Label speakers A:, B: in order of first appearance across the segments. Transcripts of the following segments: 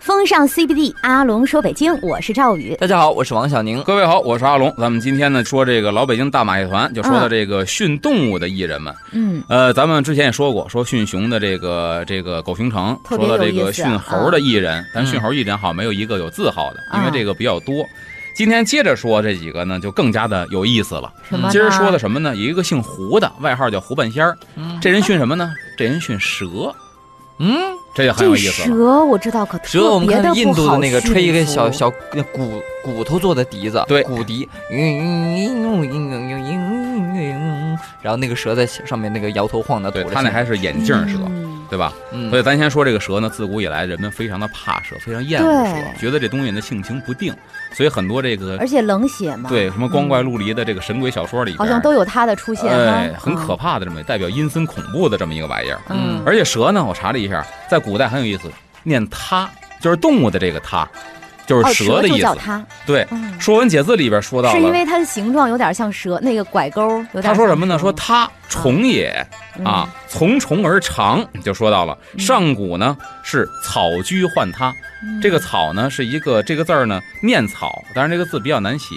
A: 风尚 CBD，阿龙说北京，我是赵宇。
B: 大家好，我是王小宁。
C: 各位好，我是阿龙。咱们今天呢说这个老北京大马戏团，就说到这个训动物的艺人们。
A: 嗯，
C: 呃，咱们之前也说过，说训熊的这个这个狗熊城，
A: 特别有
C: 说到这
A: 意
C: 个
A: 思
C: 训猴的艺人，咱训猴艺人好像没有一个有字号的，因为
A: 嗯啊
C: 这个比较多。今天接着说这几个呢，就更加的有意思了。
A: 什么呢？
C: 今儿说的什么呢？有一个姓胡的，外号叫胡半仙儿。
A: 嗯
C: 这人训什么呢？这人训蛇，
B: 嗯，
C: 这就很有
A: 这
C: 意思了。
A: 蛇我知道，可
B: 蛇我
A: 特
B: 们
A: 别的
B: 看印
A: 不
B: 度的
A: 好
B: 那个
A: 驯
B: 吹一个
A: 服
B: 小小那骨骨头做的笛子，
C: 对
B: 骨笛，然后那个蛇在上面那个摇头晃脑，
C: 对
B: 吐着
C: 他那
B: 信
C: 还是眼镜蛇，
A: 嗯
C: 对吧？
B: 嗯
C: 所以咱先说这个蛇呢，自古以来人们非常的怕蛇，非常厌恶
A: 对
C: 蛇，觉得这东西呢性情不定，所以很多这个
A: 而且冷血嘛，
C: 对什么光怪
A: 嗯
C: 陆离的这个神鬼小说里边，
A: 好像都有它的出现嗯
C: 哎
A: 哈，
C: 很可。怕的这么代表阴森恐怖的这么一个玩意儿。
A: 嗯，
C: 而且蛇呢，我查了一下，在古代很有意思，念它就是动物的这个它，就
A: 哦，
C: 是蛇的
A: 就
C: 意思。
A: 叫它，
C: 对，《
A: 嗯，
C: 说文解字》里边说到
A: 是因
C: 了，
A: 为它的形状有点像蛇，那个拐钩儿有点像蛇。
C: 他说什么呢？说它虫也
A: 嗯，，
C: 啊从虫而长，就说到了
A: 嗯
C: 上古呢是草居患它。
A: 嗯
C: 这个“草”呢是一个这个字儿呢念草，当然这个字比较难写，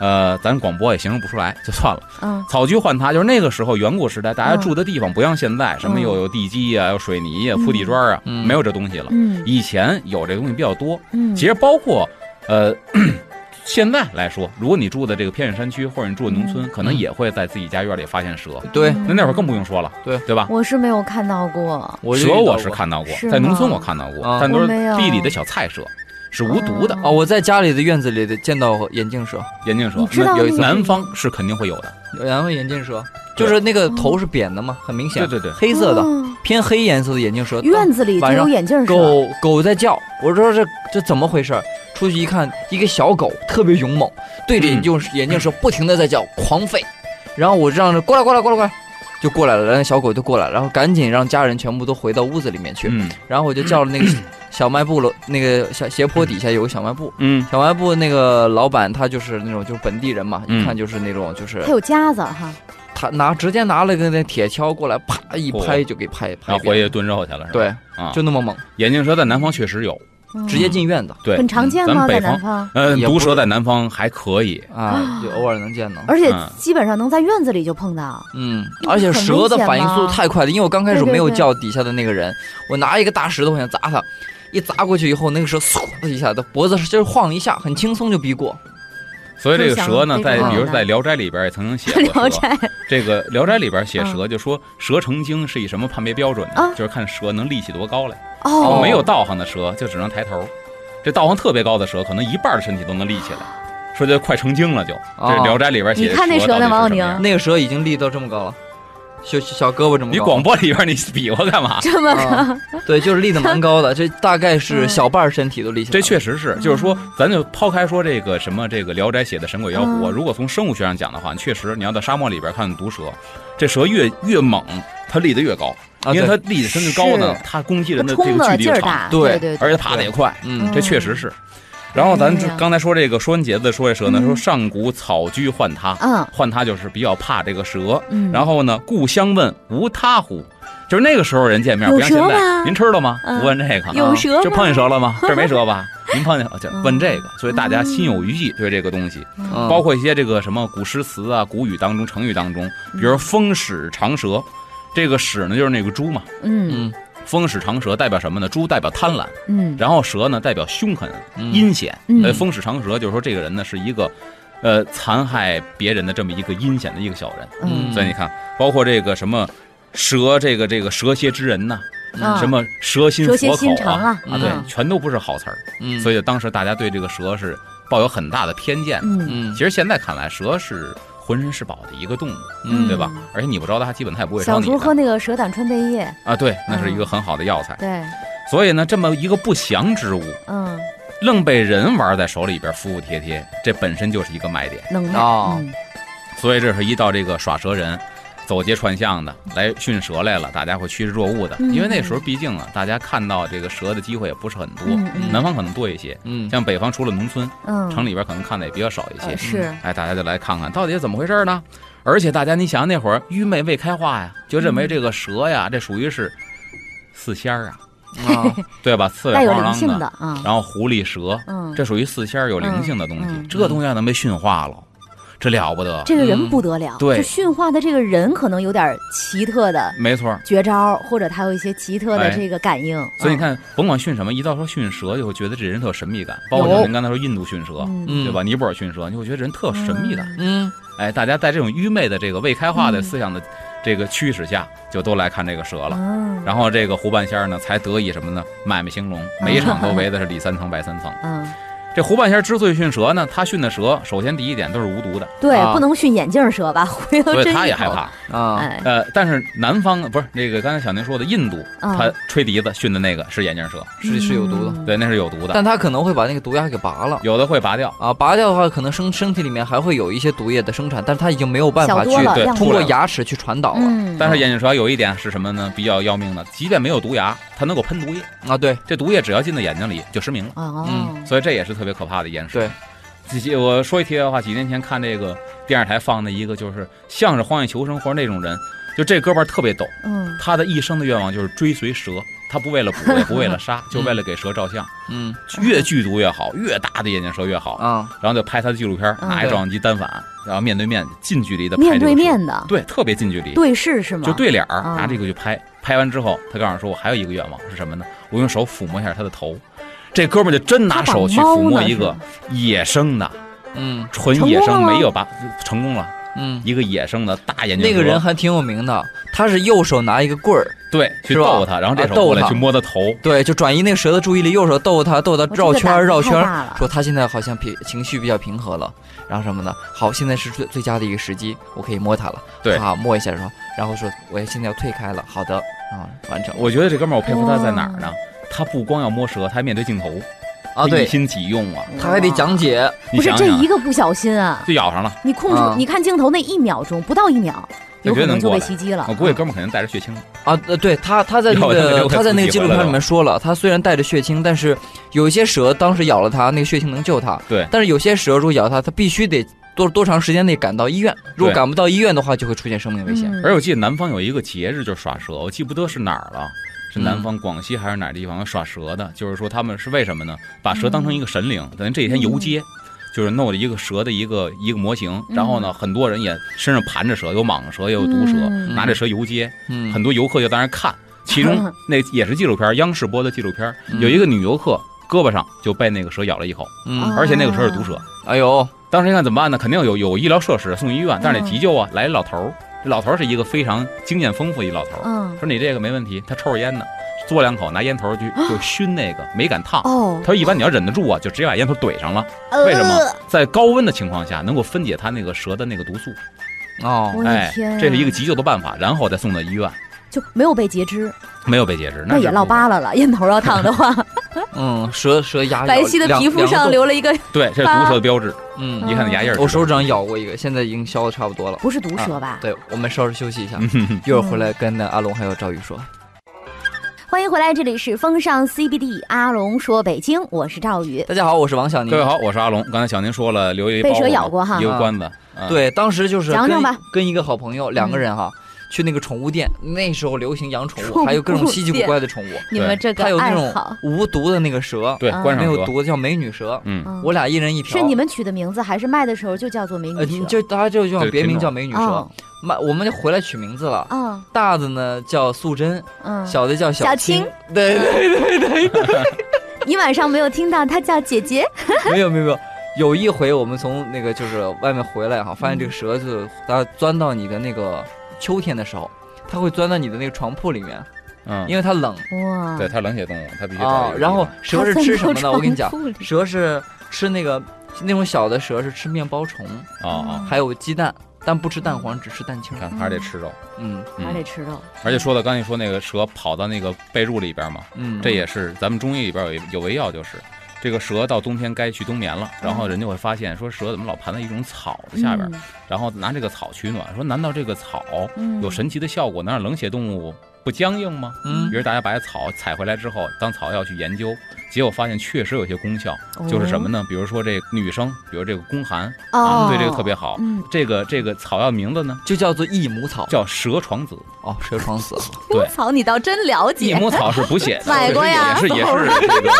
C: 呃，咱广播也形容不出来，就算了。
A: 嗯
C: 草居换它，就是那个时候远古时代大家
A: 嗯
C: 住的地方不像现在，什么
A: 嗯
C: 又有地基啊，有水泥啊，
A: 嗯
C: 铺地砖啊，
B: 嗯
C: 没有这东西了。
A: 嗯
C: 以前有这东西比较多，
A: 嗯，
C: 其实包括呃。 现在来说，如果你住的这个偏远山区或者你住的农村，可能
B: 嗯
C: 也会在自己家院里发现蛇。
B: 对，
C: 那那会儿更不用说了，
B: 对
C: 对吧？
A: 我是没有看到过，
B: 我就遇
C: 蛇
B: 到
C: 我
B: 过
C: 是看到过
A: 是，
C: 在农
A: 吗
C: 村我看到过
B: 啊，
C: 但都
A: 我
C: 是
A: 没有
C: 地里的小菜蛇，是无毒的
A: 哦
B: 哦，我在家里的院子里的见到眼镜蛇，
C: 眼镜蛇。
A: 你知道
C: 有
A: 那个
C: 南方是肯定会有的，
B: 然后眼镜蛇
C: 对
B: 就是那个头是扁的嘛，很明显，
C: 哦对对对
B: 黑色的，
A: 哦
B: 偏黑颜色的眼镜蛇，
A: 院子里就
B: 晚
A: 有
B: 上
A: 眼镜蛇，
B: 狗狗在叫，我说这这怎么回事儿？出去一看，一个小狗特别勇猛，对着
C: 嗯
B: 就是眼镜蛇不停的在叫，狂吠。然后我让着过来过来过来过来，就过来了，然后小狗就过来了，然后赶紧让家人全部都回到屋子里面去。
C: 嗯
B: 然后我就叫了那 个小卖部楼那个小斜坡底下有个小卖部，
C: 嗯，
B: 小卖部那个老板他就是那种就是本地人嘛，
C: 嗯
B: 一看就是那种就是
A: 它有夹子哈，
B: 他拿直接拿了个那铁锹过来，啪一拍就给拍
C: 然
B: 拍
C: 后回
B: 扁
C: 去炖肉去了，是吧？
B: 对，
C: 啊，
B: 就那么猛，
C: 眼镜蛇在南方确实有，
A: 嗯
B: 直接进院子。
C: 对
A: 很，常见
C: 嗯咱
A: 吗？
C: 们
A: 在
C: 北
A: 南方，
C: 方呃，
B: 也不
C: 毒蛇在南方还可以，
B: 啊，就偶尔能见到。
A: 而且
C: 嗯
A: 基本上能在院子里就碰到。
B: 嗯，
A: 那
B: 而且
A: 不很
B: 蛇
A: 危
B: 的
A: 险
B: 反应速度
A: 吗
B: 太快了，因为我刚开
A: 对
B: 始
A: 对
B: 没有
A: 对
B: 叫底下的那个人，我拿一个大石头我想砸他，一砸过去以后，那个蛇嗖的一下，它脖子是就是晃一下，很轻松就避过。
C: 所以这个蛇呢，
A: 就想
C: 在
B: 那个
C: 比如
A: 呢
C: 在《聊斋》里边也曾经写
A: 聊
C: 过蛇。
A: 斋
C: 这个《聊斋》里边写蛇，就说蛇成精是以什么判别标准呢
A: 啊？
C: 就是看蛇能立起多高来。
A: 哦，
C: 没有道行的蛇就只能抬头，这道行特别高的蛇，可能一半的身体都能立起来，说这快成精了就。这
B: 哦
C: 《聊斋》里边写
A: 你
C: 的
A: 看那
C: 蛇
A: 蛇
C: 到
A: 呢
C: 底
A: 王小
C: 是什么
A: 宁
C: 样？
B: 那个蛇已经立到这么高了，小小胳膊这么高。
C: 你广播里边你比划干嘛？
A: 这么个
C: 嗯
B: 啊，对，就是立的蛮高的，这大概
A: 嗯
B: 是小半儿身体都立起来
C: 嗯这
B: 了。
C: 确实是，就是说，咱就抛开说这个什么这个《聊斋》写的神鬼妖狐
A: 嗯
C: 啊，如果从生物学上讲的话，确实你要在沙漠里边看毒蛇，这蛇越越猛，它立得越高，
B: 啊，
C: 因为
B: 对，
C: 它立得身子高呢
A: 是，
C: 它攻击人的这
A: 冲
C: 个距
A: 的
C: 离
A: 劲
C: 就
A: 儿
C: 长，
A: 大，
B: 对
A: 对对，
C: 而且爬得也快，
B: 嗯
A: 嗯，
C: 这确实是。然后咱
A: 哎呀
C: 刚才说这个《说文解字》说这蛇呢，
A: 嗯
C: 说上古草居患它，
A: 嗯
C: 患它就是比较怕这个蛇。
A: 嗯，
C: 然后呢，故相问无他乎，就是那个时候人见面
A: 有
C: 不像现
A: 蛇吗
C: 在，您吃了吗？
A: 嗯
C: 不问这个，
A: 有蛇 吗
C: 这碰见蛇了吗？这没蛇吧？您碰见哦就
A: 嗯
C: 问这个，所以大家心有余悸对这个东西，
B: 嗯
C: 包括一些这个什么古诗词啊、古语当中、成语当中，
A: 嗯
C: 比如“风使长蛇”，这个“使”呢就是那个猪嘛，
A: 嗯
B: 嗯
C: 风使长蛇代表什么呢？猪代表贪婪，
A: 嗯
C: 然后蛇呢代表凶狠、
B: 嗯
C: 阴险
A: 嗯。
C: 呃，风使长蛇就是说这个人呢是一个，呃，残害别人的这么一个阴险的一个小人。
A: 嗯
B: 嗯
C: 所以你看，包括这个什么蛇，这个这个蛇蝎之人呐、
A: 啊
C: 什么蛇心
A: 蛇蝎
C: 佛
A: 心
C: 口
A: 肠
C: 啊，
B: 嗯
C: 对
A: 嗯，
C: 全都不是好词儿。
B: 嗯，
C: 所
B: 以
C: 以当时大家对这个蛇是抱有很大的偏见。
A: 嗯
B: 嗯
C: 其实现在看来，蛇是浑身是宝的一个动物，
B: 嗯
C: 对吧？而且你不招它，基本它也不会
A: 小
C: 招你
A: 猪喝
C: 的
A: 那个蛇胆川贝叶，
C: 啊。对，那是一个很好的药材。
A: 对，
C: 所以呢，这么一个不祥之物，
A: 嗯，
C: 愣被人玩在手里边，服服帖帖，这本身就是一个卖点。
A: 能耐，
B: 哦
A: 嗯
C: 所以这是一到这个耍蛇人，走街串巷的来驯蛇来了，大家会趋之若鹜的，
A: 嗯
C: 因为那时候毕竟啊，大家看到这个蛇的机会也不是很多，
A: 嗯嗯
C: 南方可能多一些，
B: 嗯
C: 像北方除了农村，
A: 嗯，
C: 城里边可能看的也比较少一些
A: 呃。是，
C: 哎，大家就来看看到底是怎么回事呢？而且大家，你想那会儿愚昧未开化呀，就认为这个蛇呀，这属于是四仙儿啊，
B: 啊，
C: 对吧？刺猬、
A: 带有
C: 黄
A: 灵
C: 鼠
A: 性
C: 狼
A: 的
C: 的，
A: 啊，
C: 然后狐狸、蛇，
A: 嗯，
C: 这属于四仙儿有灵性的东西
A: 嗯嗯，
C: 这东西要能被驯化了，这了不得。
A: 这个人
B: 嗯
A: 不得了，
C: 对
A: 就驯化的这个人可能有点奇特的
C: 没错儿，
A: 绝招，或者他有一些奇特的
C: 哎
A: 这个感应。
C: 所以你
A: 嗯，
C: 看，甭管驯什么，一到说驯蛇，就会觉得这人特有神秘感。包括
B: 有
C: 像您刚才说印度驯蛇，
A: 嗯
B: 嗯，
C: 对吧？？尼泊尔驯蛇，你会觉得人特有神秘感。
B: 嗯，
C: 哎，大家在这种愚昧的这个未开化的
A: 嗯
C: 思想的这个驱使下，就都来看这个蛇了。
A: 嗯，
C: 然后这个胡半仙儿呢，才得以什么呢？买卖兴隆，每一场都围的是里三层外三层。
A: 嗯，
C: 这胡半仙儿之所以驯蛇呢，他驯的蛇，首先第一点都是无毒的，
A: 对
B: 啊，
A: 不能训眼镜蛇吧？ 忽悠
C: 所以
A: 真
C: 他也
A: 有
C: 害。怕。
B: 啊，
A: 哎，
C: 呃，但是南方不是那个刚才小宁说的印度，
A: 嗯
C: 他吹笛子驯的那个是眼镜蛇，
B: 是是有毒的，
A: 嗯
C: 对，那是有毒的，
B: 但他可能会把那个毒牙给拔了。
C: 有的会拔掉。
B: 啊，拔掉的话，可能身身体里面还会有一些毒液的生产，但是它已经没有办法
A: 小
B: 去
A: 多了
C: 对
A: 量
B: 通
C: 出来
B: 过
C: 了
B: 牙齿去传导了、
A: 嗯，
C: 啊但是眼镜蛇有一点是什么呢？比较要命的，即便没有毒牙，它能够喷毒液，
B: 啊。对，
C: 这毒液只要进到眼睛里就失明了，
A: 哦，
B: 嗯
C: 所以这也是特别可怕的一件事。
B: 对，
C: 几几我说一题外话，几年前看这个电视台放的一个，就是像是荒野求生或者那种人，就这哥们儿特别抖，
A: 嗯，
C: 他的一生的愿望就是追随蛇，他不为了捕，也不为 了杀，就为了给蛇照相，
B: 嗯
C: 越剧毒越好，越大的眼镜蛇越好。
B: 啊，
C: 然后就拍他的纪录片，
A: 嗯
C: 拿一照相机单反，然后面对面近距离的拍
A: 面
C: 这个
A: 对
C: 蛇
A: 面的
C: 对，特别近距离，
A: 对视是吗？
C: 就对脸儿，
A: 啊
C: 拿这个去拍。拍完之后，他告诉我说，我还有一个愿望是什么呢？我用手抚摸一下他的头。这哥们儿就真拿手去抚摸一个野生的，
B: 嗯
C: 纯
A: 成
C: 野
A: 功
C: 生，
A: 了吗
C: 没有把成功了，
B: 嗯，
C: 一个野生的大眼睛
B: 那个
C: 蛇
B: 人还挺有名的，他是右手拿一个棍儿，
C: 对去
B: 是吧
C: 逗他，然后这
B: 啊
C: 手
B: 逗
C: 过来
B: 他
C: 去摸他头，
B: 对，就转移那个蛇的注意力，右手逗它，逗它
A: 我这
B: 绕
A: 个
B: 圈
A: 胆
B: 儿
A: 子
B: 绕
A: 太
B: 圈儿，
A: 大了
B: 说他现在好像平情绪比较平和了，然后什么的。好，现在是最最佳的一个时机，我可以摸它了。
C: 对
B: 啊，摸一下说，然后说我现在要退开了。好的，啊，完成
C: 我觉得这哥们儿我佩服他在哪儿呢？他不光要摸蛇，他还面对镜头，
B: 哦啊，
C: 他一
B: 对，
C: 心几用啊！
B: 他还得讲解，
C: 你
A: 不是
C: 想
A: 这
C: 想啊
A: 一，个不小心啊，
C: 就咬上了。
A: 你控制
B: 啊，
A: 你看镜头那一秒钟，不到一秒，有
C: 我
A: 可
C: 觉得
A: 能
C: 能
A: 就
C: 过
A: 被
C: 来
A: 袭击了。
C: 我估计哥们儿肯定带着血清，
B: 啊，呃，对他，他在那
C: 要不然他
B: 个
C: 就会
B: 他在那
C: 自
B: 个纪
C: 己
B: 录
C: 回来
B: 片里
C: 了
B: 面说了，他虽然带着血清，但是有一些蛇当时咬了他，那个血清能救他。
C: 对
B: 但是有些蛇如果咬他，他必须得多多长时间内赶到医院，如果
C: 对
B: 赶不到医院的话，就会出现生命危险。
A: 嗯
C: 而且我记得南方有一个节日就是耍蛇，我记不得是哪儿了，是南
B: 嗯
C: 方广西还是哪儿地方有耍蛇的？就是说他们是为什么呢？把蛇
B: 嗯
C: 当成一个神灵，等于这几天游街。就是弄了一个蛇的一个一个模型，
B: 嗯
C: 然后呢，很多人也身上盘着蛇，有蟒蛇，也有毒蛇，
A: 嗯
C: 拿着蛇游街，
B: 嗯，
C: 很多游客就在那儿 看。其中那也是纪录片，央视播的纪录片，
B: 嗯
C: 有一个女游客胳膊上就被那个蛇咬了一口，
A: 哦
B: 嗯，
C: 而且那个蛇是毒蛇，
B: 哎呦，
C: 当时一看怎么办呢？肯定有有医疗设施送医院，但是得
A: 嗯
C: 急救啊。来一老头儿，这老头儿是一个非常经验丰富的一老头儿，
A: 嗯，
C: 说你这个没问题。他抽着 烟呢，嘬两口，拿烟头就就熏那个，没敢烫。
A: 哦
C: 他，说一般你要忍得住啊，就直接把烟头怼上了。为什么
A: 呃
C: 在高温的情况下，能够分解他那个蛇的那个毒素，
B: 哦，
A: 我的
C: 哎
A: 天啊，，
C: 这是一个急救的办法，然后再送到医院，
A: 就没有被截肢，
C: 没有被截肢，
A: 那
C: 是
A: 也落
C: 不会。
A: 疤了了。烟头要烫的 话，
B: 嗯，蛇蛇牙
C: 哎
A: 白
B: 咬
A: 皙的
B: 两
A: 皮肤
B: 两个
A: 上
B: 洞
A: 留了一 个，
C: 对，这是毒蛇的标
A: 啊
C: 志，
B: 嗯，
C: 一看那牙印儿。
B: 我手指上咬过一个，现在已经消的差不多了。
A: 不是毒蛇吧？
B: 对，我们稍事休息一 下，
C: 嗯，
B: 一会儿回来跟那阿龙还有赵宇说。
A: 欢迎回来，这里是风尚 CBD，阿龙说北京，我是赵宇。
B: 大家好，我是王小宁
C: 各位。好，我是阿龙。刚才小宁说了，留一
A: 被
C: 包
A: 蛇
C: 袱
A: 咬过哈
C: 一个关子。啊，
B: 对，当时就是
A: 讲讲
B: 跟
A: 吧嗯
B: 跟一个好朋友两个人哈，去那个宠物店，那时候流行养宠
A: 宠
B: 物，还有各种
A: 物
B: 稀奇古
A: 店
B: 怪的宠物，
A: 你们这个
B: 它有那
A: 爱
B: 种
A: 好，
B: 无毒的那个蛇，
C: 对，
A: 啊
C: 关
B: 没
C: 上
B: 有
C: 蛇。
B: 毒的叫美女蛇，
C: 嗯，
A: 嗯
B: 我俩一人一条。
A: 是你们取的名字，还是卖的时候就叫做美
B: 呃，
A: 女
B: 你
A: 蛇？
B: 就大家就叫
C: 对
B: 别
C: 品
B: 名
C: 种
B: 叫美女蛇
A: 哦，，
B: 妈，我们就回来取名字了。
A: 嗯
B: 大的呢叫素贞，
A: 嗯，
B: 小的叫
A: 小
B: 青
A: 青。
B: 对对
A: 你晚上没有听到她叫姐姐？
B: 对，没有没有没有。有一回我们从那个就是外面回来哈，发
A: 嗯
B: 现这个蛇就它钻到你的那个秋天的时候，它会钻到你的那个床铺里面，
C: 嗯，
B: 因为它冷。
A: 哇，
C: 对，它是冷血动物，它必须找一
B: 啊
C: 个，地
A: 哦
B: 然后
C: 方
B: 蛇是吃什么呢？我跟你讲，
A: 她钻到床铺里，
B: 蛇是吃那个那种小的蛇是吃面包虫，
A: 嗯
C: 哦哦，
B: 还有鸡蛋，但不吃蛋黄，只吃蛋清
C: 你。看还是得吃肉。
B: 嗯
A: 还得
C: 嗯，
A: 吃肉。
C: 而且说到刚才说那个蛇跑到那个被褥里边嘛，
B: 嗯，
C: 这也是咱们中医里边有一有味药，就是这个蛇到冬天该去冬眠了，然
A: 嗯
C: 后人就会发现说蛇怎么老盘在一种草的嗯下边，然后拿这个草取暖，说难道这个草
A: 嗯
C: 有神奇的效果能让冷血动物不僵硬吗？
B: 嗯
C: 于是大家把草采回来之后当草药去研究，结果发现确实有些功效，
A: 哦
C: 就是什么呢？比如说这女生，比如这个宫寒
A: 哦
C: 啊，，对这个特别好。
A: 嗯，
C: 这个这个草药名字呢
B: 就叫做益母草，
C: 叫蛇床子，
B: 哦，蛇床 死了。
C: 对，
A: 草你倒真了
C: 益
A: 解，
C: 母草是补血 的，
A: 买过呀
C: 也是也是也是这 个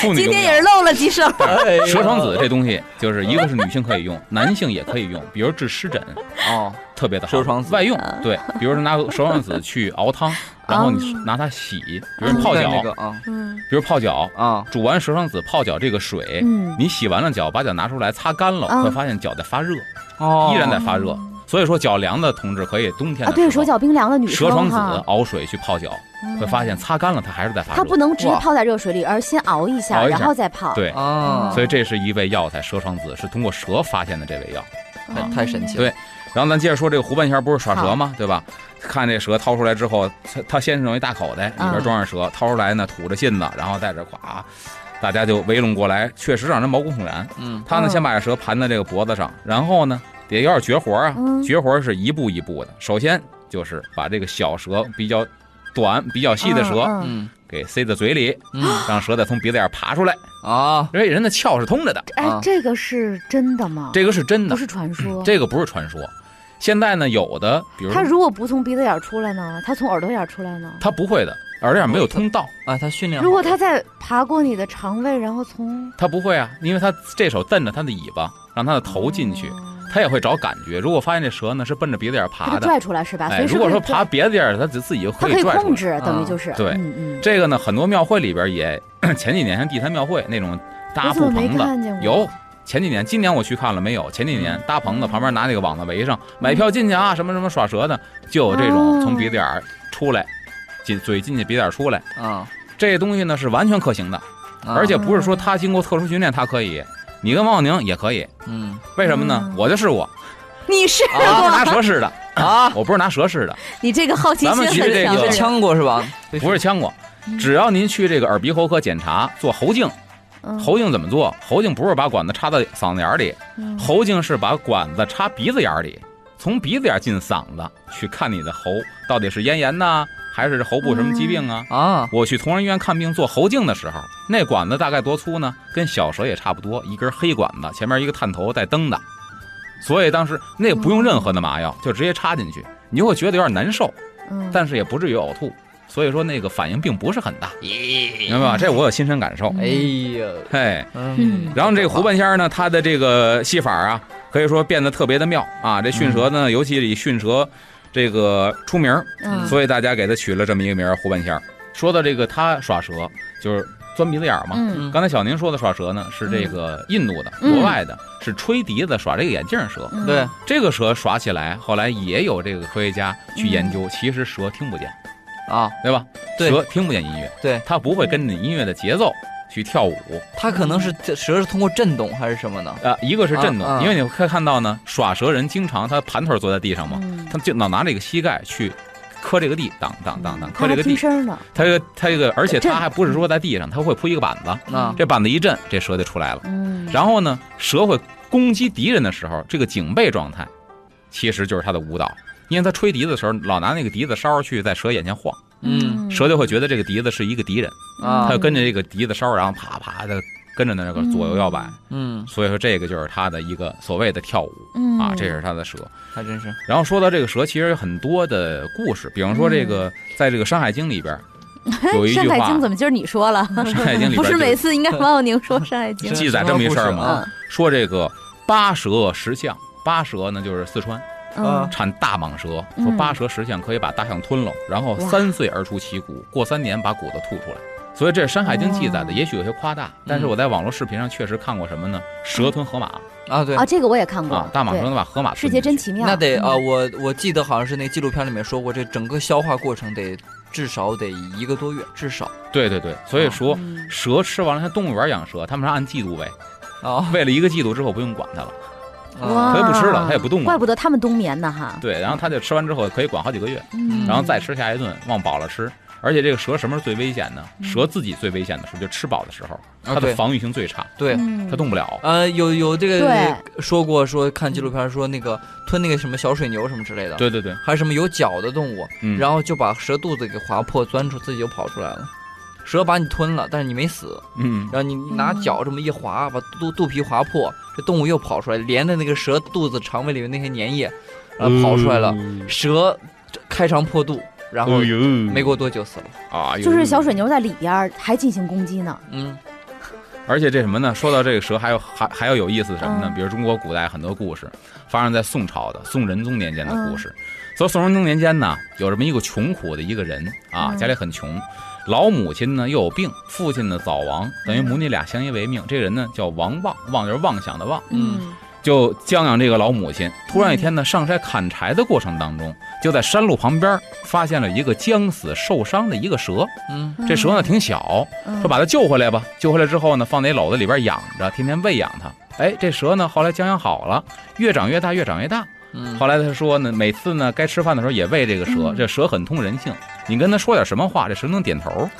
C: 妇女
A: 今
C: 用
A: 天
C: 药
A: 也。是漏了几手。
B: 哎呀
C: 蛇床子这东西，就是一个是女性可以用， 男性也可以用，比如治湿疹，
B: 哦，
C: 特别的好。
B: 蛇床子
C: 外用，
A: 啊
C: 对，比如说拿蛇床子去熬汤，然后你
A: 啊
C: 拿它洗，比如
A: 嗯
C: 泡脚，
B: 那个啊
A: 嗯
C: 比如泡脚，
B: 啊，
C: 煮完蛇床子泡脚这个水，
A: 嗯，
C: 你洗完了脚，把脚拿出来擦干了，
A: 嗯
C: 会发现脚在发热，
B: 哦，
C: 依然在发热。所以说脚凉的同志可以冬天
A: 啊，
C: 的
A: 对
C: 时候
A: 手脚冰凉的女
C: 蛇
A: 生
C: 床子
A: 哈，嗯
C: 熬水去泡脚，会发现擦干了它还是在发
A: 它
C: 热
A: 不。能直接
B: 哇
A: 泡在热水里，而是先熬一下，
C: 熬一下
A: 然后再泡。
C: 对
B: 啊，
C: 嗯所以这是一味药材，蛇床子是通过蛇发现的这味药。
A: 嗯，
B: 太太神奇了。
C: 对然后咱接着说这个胡半仙不是耍蛇吗？对吧？看这蛇掏出来之后，他他先是弄一大口袋，里边
A: 嗯
C: 装着蛇，掏出来呢吐着信子，然后在这咵，大家就围拢过来，确实让人毛骨悚然。
B: 嗯，
C: 他呢
A: 嗯
C: 先把这蛇盘在这个脖子上，然后呢也有点绝活啊
A: 嗯，
C: 绝活是一步一步的，首先就是把这个小蛇比较短、比较细的蛇
A: 嗯，嗯
B: 嗯
C: 给塞在嘴里，
B: 嗯
C: 让蛇再从鼻子眼爬出来。
B: 啊，
C: 而且人的窍是通着的，
A: 哎
B: 啊，
A: 这个是真的吗？
C: 这个是真
A: 不
C: 的，嗯
A: 是传说。
C: 这个不是传说。现在呢，有的比 如
A: 它如果不从鼻子眼儿出来呢？它从耳朵眼儿出来呢？
C: 它不会的，耳朵眼没有通道，
B: 啊，他训练好
A: 如果它在爬过你的肠胃，然后从
C: 它不会啊，因为它这手蹬着它的尾巴，让它的头进去，
A: 哦
C: 它也会找感觉。如果发现这蛇呢是奔着鼻子眼
A: 它
C: 爬
A: 就
C: 的，
A: 拽出来是吧？
C: 哎，
A: 随时
C: 如
A: 可
C: 果
A: 以
C: 说
A: 拽
C: 爬别的地儿，它自自己就
A: 它
C: 可
A: 可
C: 以
A: 以
C: 拽出
A: 控
C: 来。
A: 制，等于
B: 啊
A: 就是
C: 对
A: 嗯嗯。
C: 这个呢，很多庙会里边也 前几年像地坛庙会那种搭
A: 我怎么
C: 布
A: 没
C: 棚子，
A: 看见过？
C: 有。前几年，今年我去看了没有？前几
A: 嗯
C: 年搭棚子旁边拿那个网子围上，买票进去啊，什么什么耍蛇的，就有这种
A: 哦
C: 从鼻子眼儿出来，进嘴进去鼻子眼儿出来，
B: 啊，
C: 这东西呢是完全可行的。
B: 啊
C: 而且不是说他经过特殊训练他可以，你跟王小宁也可以，
B: 嗯
C: 为什么呢
A: 嗯？
C: 我就试过，
A: 你试
C: 我不是拿
A: 过？
C: 蛇试的，
B: 啊，
C: 我不是拿蛇试 的，
A: 你这个好奇
C: 咱
A: 心很
C: 们 其
A: 强
C: 实这
B: 你
C: 个
A: 是
B: 被
A: 吧
B: 呛过是吧？
C: 不是呛过
A: 嗯。
C: 只要您去这个耳鼻喉科检查做喉镜，
A: 嗯
C: 喉镜怎么做？喉镜不是把管子插到嗓子眼里，
A: 嗯
C: 喉镜是把管子插鼻子眼里，从鼻子眼进嗓子，去看你的喉到底是咽炎呐，还是喉部什么疾病啊？
B: 啊，
C: 我去同仁医院看病做喉镜的时候，那管子大概多粗呢？跟小蛇也差不多，一根黑管子，前面一个探头带灯的。所以当时那个不用任何的麻药，就直接插进去，你就会觉得有点难受，
A: 嗯
C: 但是也不至于呕吐。所以说那个反应并不是很大，明白吧？这我有亲身感受。
B: 哎呀，
C: 嘿，
B: 嗯，
C: 然后这个胡半仙儿呢，他的这个戏法啊，可以说变得特别的妙啊。这驯蛇呢，尤其以驯蛇这个出名儿，
A: 嗯
C: 所以大家给他取了这么一个名儿——胡半仙儿。说到这个，他耍蛇就是钻鼻子眼儿嘛。
A: 嗯
C: 刚才小宁说的耍蛇呢，是这个印度的、
A: 嗯
C: 国外的，是吹笛子耍这个眼镜蛇。
A: 嗯
B: 对，
C: 这个蛇耍起来，后来也有这个科学家去研
A: 嗯
C: 究，其实蛇听不见，
B: 啊，
C: 对吧？
B: 对
C: 蛇听不见音乐，
B: 对
C: 它不会跟着你音乐的节奏去跳舞。
B: 它可能是这蛇是通过震动还是什么呢？
C: 啊，一个是震动，
B: 啊啊
C: 因为你会看到呢，耍蛇人经常他盘腿坐在地上嘛，
A: 嗯
C: 他就老拿这个膝盖去磕这个地，当当当当，磕
A: 它
C: 这
A: 还
C: 个
A: 听
B: 啊
C: 地。
A: 声儿呢，
C: 他这个他这个，而且
A: 震
C: 他还不是说在地上，他会铺一个板子，
B: 啊，
C: 这板子一震，这蛇就出来了。
A: 嗯，
C: 然后呢，蛇会攻击敌人的时候，这个警备状态其实就是他的舞蹈，因为他吹笛子的时候老拿那个笛子梢去在蛇眼前晃，
B: 嗯
C: 蛇就会觉得这个笛子是一个敌人，
A: 嗯
B: 啊
C: 他就跟着这个笛子梢，然后啪啪的跟着那个左右摇摆。
B: 嗯，
C: 所以说这个就是他的一个所谓的跳舞。
A: 嗯
C: 啊，这是他的蛇。
B: 还真是
C: 然后说到这个蛇，其实有很多的故事，比方说这个，在这个《山海经》里边 有一
A: 嗯山
C: 句
A: 海经
C: 话，
A: 怎么今儿你说了？
C: 《山海经》里
A: 不
C: 边
A: 是
C: 就
A: 每次应该王小宁说《山海经》
C: 记载这么一事儿吗
B: 啊
C: 说这个八蛇十象，八蛇呢就是四川
A: 嗯
B: 啊
C: 产大蟒蛇，
A: 嗯
C: 说八蛇十象可以把大象吞了，然后
A: 哇
C: 三岁而出其骨，过三年把骨头吐出来。所以这是《山海经》记载的，
A: 哇
C: 也许有些夸大，但
A: 嗯
C: 是我在网络视频上确实看过什么呢？蛇吞河马
B: 啊，对
A: 啊，，这个我也看过
C: 啊，，大蟒蛇
A: 对
C: 能把河马吞
A: 世界真
C: 进去
A: 奇妙，
B: 那得
A: 嗯
B: 啊，我我记得好像是那纪录片里面说过，这整个消化过程得至少得一个多月，至少
C: 对对对，所以说
A: 嗯
C: 蛇吃完了，像动物园养蛇，他们是按季度喂，
B: 啊，
C: 喂了一个季度之后不用管它了。
B: 啊
A: 哇
C: 它就不吃了，它也不动
A: 怪
C: 了。
A: 不得他们冬眠呢哈。
C: 对，然后它就吃完之后可以管好几个月，
A: 嗯
C: 然后再吃下一顿，往饱了吃。而且这个蛇什么是最危险呢？
A: 嗯
C: 蛇自己最危险的时候，就吃饱的时候，它
B: 啊
C: 的
B: 对
C: 防御性最差，
B: 对，
A: 嗯
C: 它动不了。
B: 呃，有有这个
C: 哎
A: 对
B: 说过，说看纪录片说那个吞那个什么小水牛什么之类的，
C: 对对对，
B: 还有什么有脚的动物，
C: 嗯，
B: 然
C: 后
B: 后就把蛇肚子给划破，钻出自己就跑出来了。蛇把你吞了，但是你没死，
C: 嗯
B: 然，后你拿脚这么一划，把肚肚皮划破，这动物又跑出来，连着那个蛇肚子、肠胃里面那些粘液，然后跑出来了。蛇开肠破肚，然后
C: 嗯哎呦，
B: 没过多久死了。
C: 啊，
A: 就是小水。牛在里边儿还进行攻击呢。
B: 嗯，
C: 而且这什么呢？说到这个蛇，还有还还有有意思的什么呢？
A: 嗯
C: 比如中国古代很多故事，发生在宋朝的宋仁宗年间的故事。
A: 嗯
C: 所以宋仁宗年间呢，有这么一个穷苦的一个人啊，
A: 嗯
C: 家里很穷，老母亲呢又有病，父亲呢早亡，等于母女俩相依为命。这个人呢叫王望，望就是妄想的妄，
B: 嗯
C: 就将养这个老母亲。突然一天呢，上山砍柴的过程当中，就在山路旁边发现了一个将死受伤的一个蛇。
B: 嗯
A: 嗯，
C: 这蛇呢挺小，
A: 嗯
C: 说把它救回来吧。救回来之后呢，放在一篓子里边养着，天天喂养它。哎，这蛇呢，后来将养好了，越长越大，越长越大。
B: 嗯，
C: 后来他说呢，每次呢该吃饭的时候也喂这个蛇
A: 嗯，
C: 这蛇很通人性。你跟他说点什么话，这蛇能点头。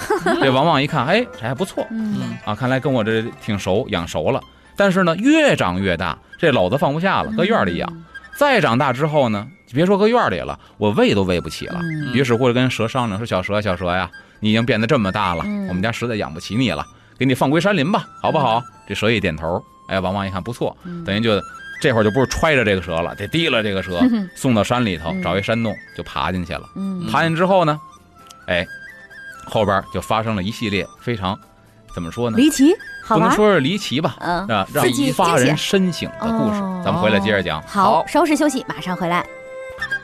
C: 这王旺一看，哎，这还不错
A: 嗯
B: 嗯
C: 啊，看来跟我这挺熟，养熟了。但是呢，越长越大，这篓子放不下了，搁院里养。
A: 嗯
C: 再长大之后呢，别说搁院里了，我喂都喂不起了。
A: 嗯
C: 于是乎就跟蛇商量说：“小蛇，啊小蛇呀，你已经变得这么大了，
A: 嗯
C: 我们家实在养不起你了，给你放归山林吧，好不好？”这蛇一点头，哎，王旺一看不错，
A: 嗯
C: 等于就这会儿就不是揣着这个蛇了，得提了这个 蛇，送到山里头
A: 嗯
C: 找一山洞就爬进去了。
A: 嗯
C: 爬进去之后呢，哎，后边就发生了一系列非常怎么说呢？
A: 离奇好
C: 不能
A: 玩儿，
C: 说是离奇吧，
A: 嗯，
C: 啊，让
A: 刺激
C: 发
A: 惊
C: 人
A: 险
C: 深省的故事
A: 哦，
C: 咱们回来接着讲。
A: 好，稍事休息，马上回来。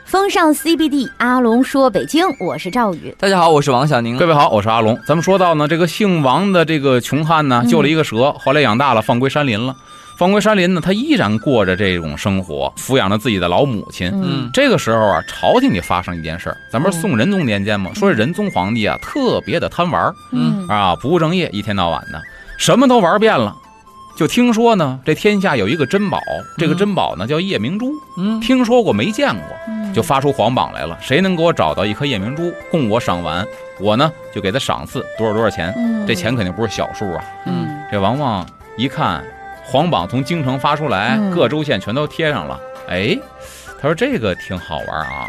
A: 风尚 CBD，阿龙说北京，我是赵宇。
B: 大家好，我是王小宁
C: 各。位好，我是阿龙。咱们说到呢，这个姓王的这个穷汉呢，
A: 嗯
C: 救了一个蛇，后来养大了，放归山林了。放归山林呢，他依然过着这种生活，抚养着自己的老母亲。
B: 嗯
C: 这个时候啊，朝廷里发生一件事儿，咱们是宋仁宗年间嘛，说这仁宗皇帝啊特别的贪玩儿
B: 嗯
C: 啊，不务正业，一天到晚的什么都玩遍了。就听说呢，这天下有一个珍宝，这个
B: 嗯
C: 珍宝呢叫夜明珠，
B: 嗯
C: 听说过没见过，
A: 嗯
C: 就发出皇榜来了，谁能给我找到一颗夜明珠，供我赏玩，我呢就给他赏赐多少多少钱。
A: 嗯
C: 这钱肯定不是小数啊！
B: 嗯，
C: 这王旺一看，皇榜从京城发出来
A: 嗯，
C: 各州县全都贴上了。哎，他说这个挺好玩啊，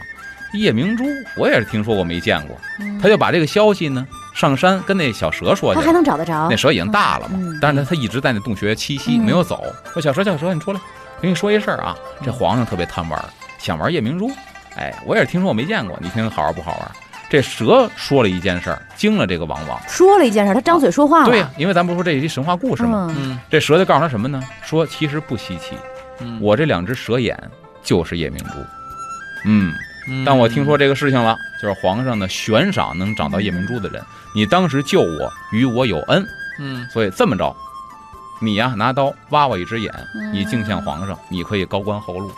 C: 夜明珠我也是听说过没见过，
A: 嗯
C: 他就把这个消息呢上山跟那小蛇说
A: 他
C: 去
A: 还
C: 了。
A: 能找得着
C: 那蛇已经大了嘛
A: 嗯，
C: 但是呢，他一直在那洞穴栖息，
A: 嗯
C: 没有走。说小蛇，小蛇，你出来，跟你说一事儿啊，这皇上特别贪玩儿，想玩夜明珠。哎，我也是听说，我没见过，你听听好玩不好玩？这蛇说了一件事儿，惊了这个王王。
A: 说了一件事，他张嘴说话了。
C: 对呀、因为咱不是说这是一神话故事吗？
A: 啊嗯
B: 嗯
C: 这蛇就告诉他什么呢？说其实不稀奇，
B: 嗯，
C: 我这两只蛇眼就是夜明珠。嗯，
B: 嗯
C: 当我听说这个事情了，就是皇上呢悬赏能找到夜明珠的人，你当时救我，与我有恩，
B: 嗯
C: 所以这么着，你呀、拿刀挖我一只眼，
A: 嗯
C: 你敬向皇上，你可以高官厚禄。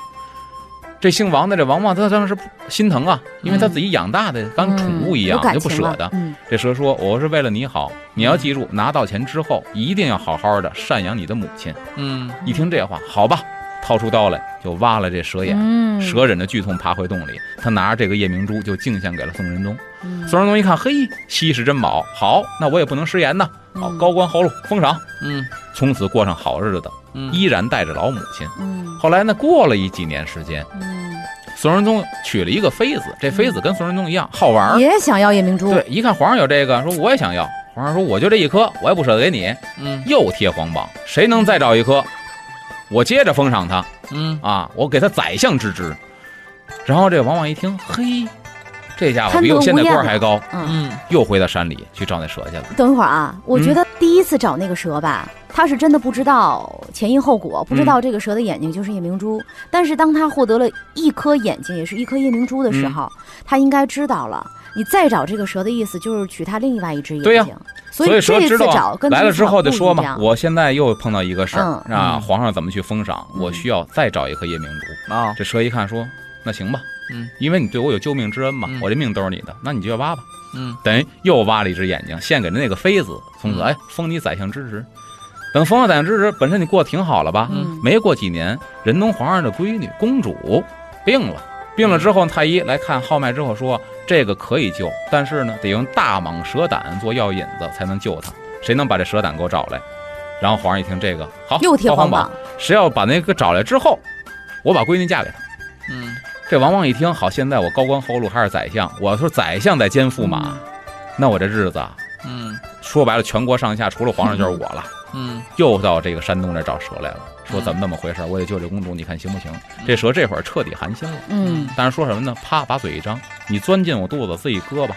C: 这姓王的这王旺，他当时不心疼啊，因为他自己养大的当宠物一样
A: 嗯嗯有，感
C: 就不
A: 情了
C: 舍得。
A: 嗯
C: 这蛇说：“我是为了你好，你要记住，拿到钱之后一定要好好的赡养你的母亲。”
B: 嗯
C: 一听这话，好吧，掏出刀来就挖了这蛇眼。
A: 嗯，
C: 蛇忍着剧痛爬回洞里，他拿着这个夜明珠就敬献给了宋仁宗。
A: 嗯
C: 宋仁宗一看，嘿，稀世珍宝，好，那我也不能食言呐，好，
A: 嗯
C: 高官厚禄，封赏。
B: 嗯
C: 从此过上好日子，
B: 嗯，
C: 依然带着老母亲。
A: 嗯
C: 后来呢，过了一几年时间，
A: 嗯，
C: 宋仁宗娶了一个妃子，这妃子跟宋仁宗一样好玩儿，
A: 也想要夜明珠。
C: 对，一看皇上有这个，说我也想要。皇上说我就这一颗，我也不舍得给你。
B: 嗯
C: 又贴皇榜，谁能再找一颗，我接着封赏他
B: 嗯
C: 啊，我给他宰相之职。然后这王旺一听，嘿，这家伙
A: 贪
C: 比
A: 得
C: 我现
A: 无
C: 在官
A: 厌
C: 儿还
A: 了
C: 高，
A: 嗯，
B: 嗯
C: 又回到山里去找那蛇去了。
A: 等一会儿啊，我觉
C: 嗯
A: 得第一次找那个蛇吧，他是真的不知道前因后
C: 嗯
A: 果，不知道这个蛇的眼睛就是夜明珠。但是当他获得了一颗眼睛，也是一颗夜明珠的时候，
C: 嗯
A: 他应该知道了。你再找这个蛇的意思就是取他另外一只眼睛。
C: 对呀
A: 所
C: 以
A: 以
C: 蛇
A: 这
C: 知
A: 次
C: 道啊
A: 找跟
C: 来了之后就说嘛
A: 嘛，，
C: 我现在又碰到一个事儿
A: 嗯
C: 啊，
B: 嗯
C: 皇上怎么去封赏？我
A: 嗯
C: 需要再找一颗夜明珠。
B: 啊
C: 这蛇一看说，那行吧，
B: 嗯，
C: 因为你对我有救命之恩嘛，
B: 嗯
C: 我这命都是你的，那你就挖吧。
B: 嗯
C: 等于又挖了一只眼睛，献给了那个妃子，从此
B: 嗯
C: 哎封你宰相之职。等封了宰相之职，本身你过得挺好了吧？
A: 嗯
C: 没过几年，仁宗皇上的闺女公主病了，病了之后，太医来看号脉之后说，这个可以救，但是呢，得用大蟒蛇胆做药引子才能救他。谁能把这蛇胆给我找来？然后皇上一听这个，好，
A: 又贴
C: 高
A: 皇
C: 皇
A: 榜
C: 榜，，谁要把那个找来之后，我把闺女嫁给他。
B: 嗯，
C: 这王莽一听，好，现在我高官厚禄还是宰相，我要说宰相在肩负马，那我这日子啊，
B: 嗯
C: 说白了，全国上下除了皇上就是我了。
B: 嗯，
C: 又到这个山东这找蛇来了，说怎么那么回事儿？我得救这公主，你看行不行？这蛇这会儿彻底寒心了，
A: 嗯，
C: 但是说什么呢？啪，把嘴一张，你钻进我肚子自己割吧，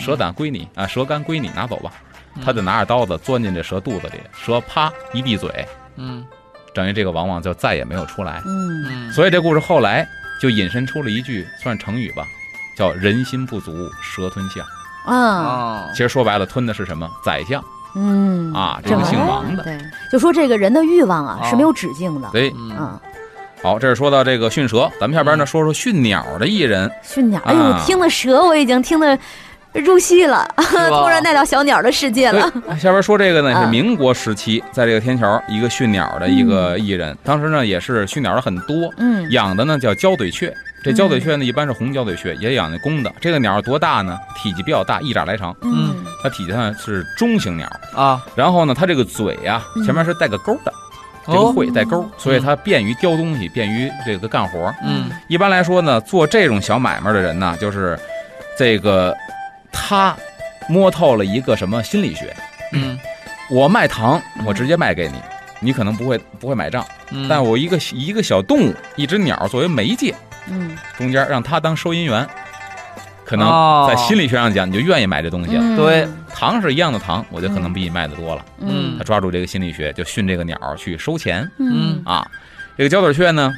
C: 蛇胆归你啊，蛇肝归你，拿走吧。
B: 嗯
C: 他就拿着刀子钻进这蛇肚子里，蛇啪一闭嘴，
B: 嗯
C: 等于这个王莽就再也没有出来。
A: 嗯，
B: 嗯，
C: 所以这故事后来就引申出了一句算是成语吧，叫人心不足蛇吞象。
A: 啊，
B: 哦
C: 其，实说白了，吞的是什么？宰相
A: 嗯，
C: 啊，这
A: 这
C: 个
A: 玩意
C: 姓
A: 儿
C: 王的。
A: 对，就说这个人的欲望啊
B: 哦
A: 是没有止境的，
C: 对，
B: 嗯
A: 嗯，
C: 哎好，这是说到这个驯蛇，咱们下边呢说说驯鸟的艺人。
A: 驯鸟，哎呦
C: 啊，
A: 听了蛇我已经听得入戏了，
B: 是吧
A: 突然带到小鸟的世界了，
C: 对，哎下边说这个呢
A: 啊
C: 是民国时期，在这个天桥一个驯鸟的一个艺人，当时呢也是驯鸟的很多，
A: 嗯
C: 养的呢叫交嘴雀。这交嘴雀呢一般是红交嘴雀，也养那公的。这个鸟多大呢？体积比较大，一拃来长，
A: 嗯
B: 嗯
C: 它体积上是中型鸟。
B: 啊，
C: 然后呢，它这个嘴呀、
A: 嗯
C: 前面是带个钩的，这个
B: 哦，
C: 喙带钩，所以它便于叼东西，便于这个干活。
B: 嗯
C: 一般来说呢，做这种小买卖的人呢，就是这个他摸透了一个什么心理学。
B: 嗯
C: 我卖糖，我直接卖给你，你可能不会不会买账，
B: 嗯，
C: 但我一个一个小动物，一只鸟作为媒介，
A: 嗯
C: 中间让它当收银员，可能
B: 哦
C: 在心理学上讲，你就愿意买这东西了。
A: 嗯，
B: 对
C: 糖是一样的糖，我就可能比你卖的多了。
A: 嗯
C: 他抓住这个心理学，就训这个鸟儿去收钱。
A: 嗯
B: 嗯
C: 啊。这个交嘴雀呢，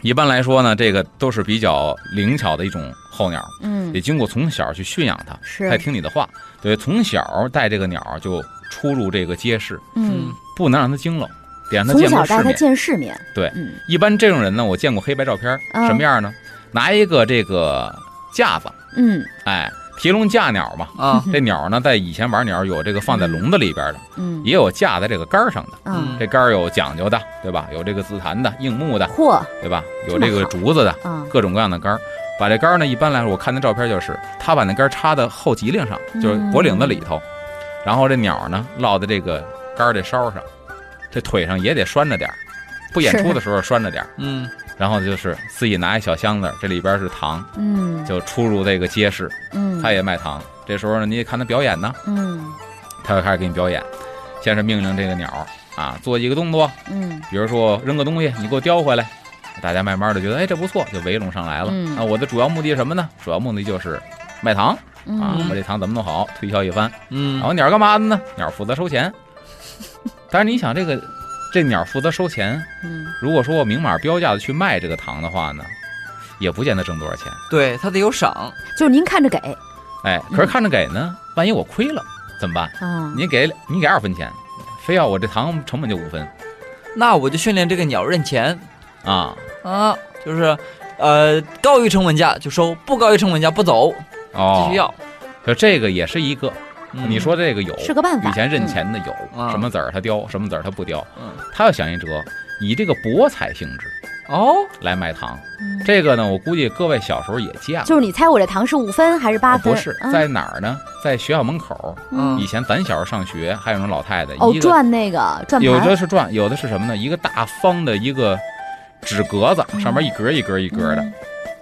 C: 一般来说呢，这个都是比较灵巧的一种候鸟，
A: 嗯
C: 得，经过从小去驯养它，
A: 是嗯
C: 它也听你的话。对，从小带这个鸟就出入这个街市，
A: 嗯，
C: 不能让它惊了，得让它
A: 从
C: 见
A: 小
C: 过
A: 带
C: 世
A: 它
C: 面。
A: 见世面，
C: 对
A: 嗯
C: 一般这种人呢，我见过黑白照片，
A: 嗯
C: 什么样呢？拿一个这个架子，
A: 嗯
C: 哎，提笼架鸟嘛。
B: 啊，
C: 这鸟呢，在以前玩鸟有这个放在笼子里边的，
A: 嗯
C: 也有架在这个杆儿上的。
A: 啊，
C: 这杆儿有讲究的，对吧？有这个紫檀的、硬木的，
A: 嚯
C: 对吧？有
A: 这么
C: 这个
A: 好
C: 竹子的，
A: 啊，
C: 各种各样的杆儿。把这杆儿呢，一般来说，我看那照片就是他把那杆儿插到后脊梁上，就是
A: 嗯
C: 脖领子里头，然后这鸟呢落在这个杆儿这梢上，这腿上也得拴着点儿，不演出的时候拴着点儿。
B: 嗯
C: 然后就是自己拿一小箱子，这里边是糖，
A: 嗯
C: 就出入这个街市，
A: 嗯，
C: 他也卖糖。这时候呢，你得看他表演呢，
A: 嗯
C: 他就开始给你表演，先是命令这个鸟儿啊做一个动作，
A: 嗯
C: 比如说扔个东西，你给我叼回来，大家慢慢的觉得，哎，这不错，就围拢上来了。
A: 嗯
C: 啊，我的主要目的是什么呢？主要目的就是卖糖啊，
A: 嗯
C: 我这糖怎么弄好，推销一番。然后
B: 嗯，
C: 鸟儿干嘛的呢？鸟儿负责收钱。 但是你想，这个这鸟儿负责收钱，
A: 嗯
C: 如果说我明码标价的去卖这个糖的话呢，也不见得挣多少钱。
B: 对他得有赏，
A: 就是您看着给
C: 哎，
B: 嗯
C: 可是看着给呢，万一我亏了怎么办？
A: 啊，
C: 你给你给二分钱，非要我这糖成本就五分
B: 那我就训练这个鸟认钱
C: 啊。
B: 啊，就是。呃，高于成本价就收，不高于成本价不走，
C: 哦
B: 继续，要。
C: 就这个也是一个，
B: 嗯
C: 你说这个有
A: 是个办法，
C: 以前认钱的有，
A: 啊
B: 嗯
C: 什么籽儿他叼，什么籽儿他不叼，
B: 嗯
C: 他要想一辙，以这个博采性质
B: 哦，
C: 来卖糖。
A: 嗯
C: 这个呢，我估计各位小时候也见过。
A: 就是你猜我这糖是五分还是八
C: 啊
A: 分？
C: 不是
A: 啊
C: 在哪儿呢？在学校门口。
A: 嗯
C: 以前咱小时候上学，还有那种老太太，
A: 哦
C: 一个
A: 转那个转
C: 有
A: 盘
C: 的是转，有的是什么呢？一个大方的一个纸格子，上
A: 嗯
C: 面一格一格一格的。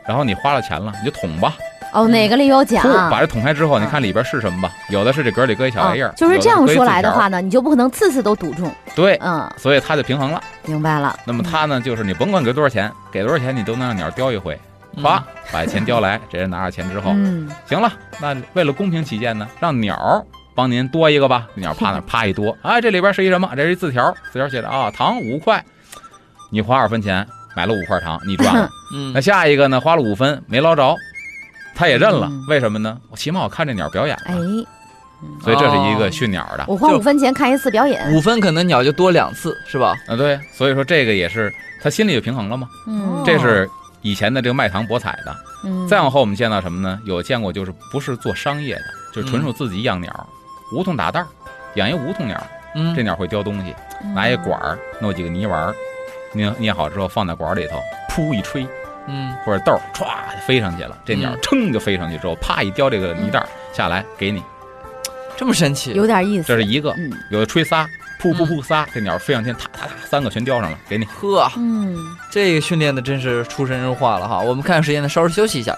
C: 然后你花了钱了，你就捅吧，
A: 哦，哪个里有奖
C: 噗？嗯把这捅开之后，你看里边是什么吧？有的是这格里搁一小玩意儿
A: 啊，嗯就是这样
C: 有搁一
A: 说
C: 字
A: 来的
C: 条
A: 话，呢，你就不可能次次都赌中。
C: 对，
A: 嗯，
C: 所以它就平衡了。
A: 明白了。
C: 那么它呢，就是你甭管给多少钱，给多少钱你都能让鸟叼一回，哗，把钱叼来， 这人拿着钱之后，
A: 嗯，
C: 行了，那为了公平起见呢，让鸟儿帮您多一个吧，鸟儿趴那儿啪一 多，哎，这里边是一什么？这是一字条，字条写着啊，糖五块，你花二分钱买了五块糖，你 赚了。
B: 嗯，
C: 那
B: 嗯，
C: 下一个呢，花了五分没捞着，他也认了
A: 嗯，
C: 为什么呢？我起码我看这鸟表演
A: 哎嗯哦
C: 了，，所以啊这是一个驯鸟的。
A: 我花
B: 就
A: 五分钱看一次表演。
B: 哎五分可能鸟就多两次，是吧？
C: 啊，对，所以说这个也是他心里就平衡了嘛，
A: 嗯，
C: 这是以前的这个卖糖博彩的。
A: 嗯
C: 再往后，我们见到什么呢？有见过就是不是做商业的，就
B: 嗯
C: 是纯属自己养鸟，梧桐打蛋儿，养一梧桐鸟，
B: 嗯，
C: 这鸟会叼东西，
A: 嗯
C: 拿一管儿弄几个泥丸儿，捏捏好之后放在管儿里头，噗一吹，
B: 嗯，
C: 或者豆儿歘飞上去了，这鸟
B: 嗯
C: 噌就飞上去之后，啪一叼这个泥袋儿下来给你，
B: 这么神奇，
A: 有点意思。
C: 这是一个，
A: 嗯
C: 有的吹仨，噗
B: 嗯
C: 噗噗仨，这鸟飞上天，啪啪啪三个全叼上了给你。
B: 呵，
A: 嗯，
B: 这个训练的真是出神入化了哈。我们看看时间呢，稍事休息一下。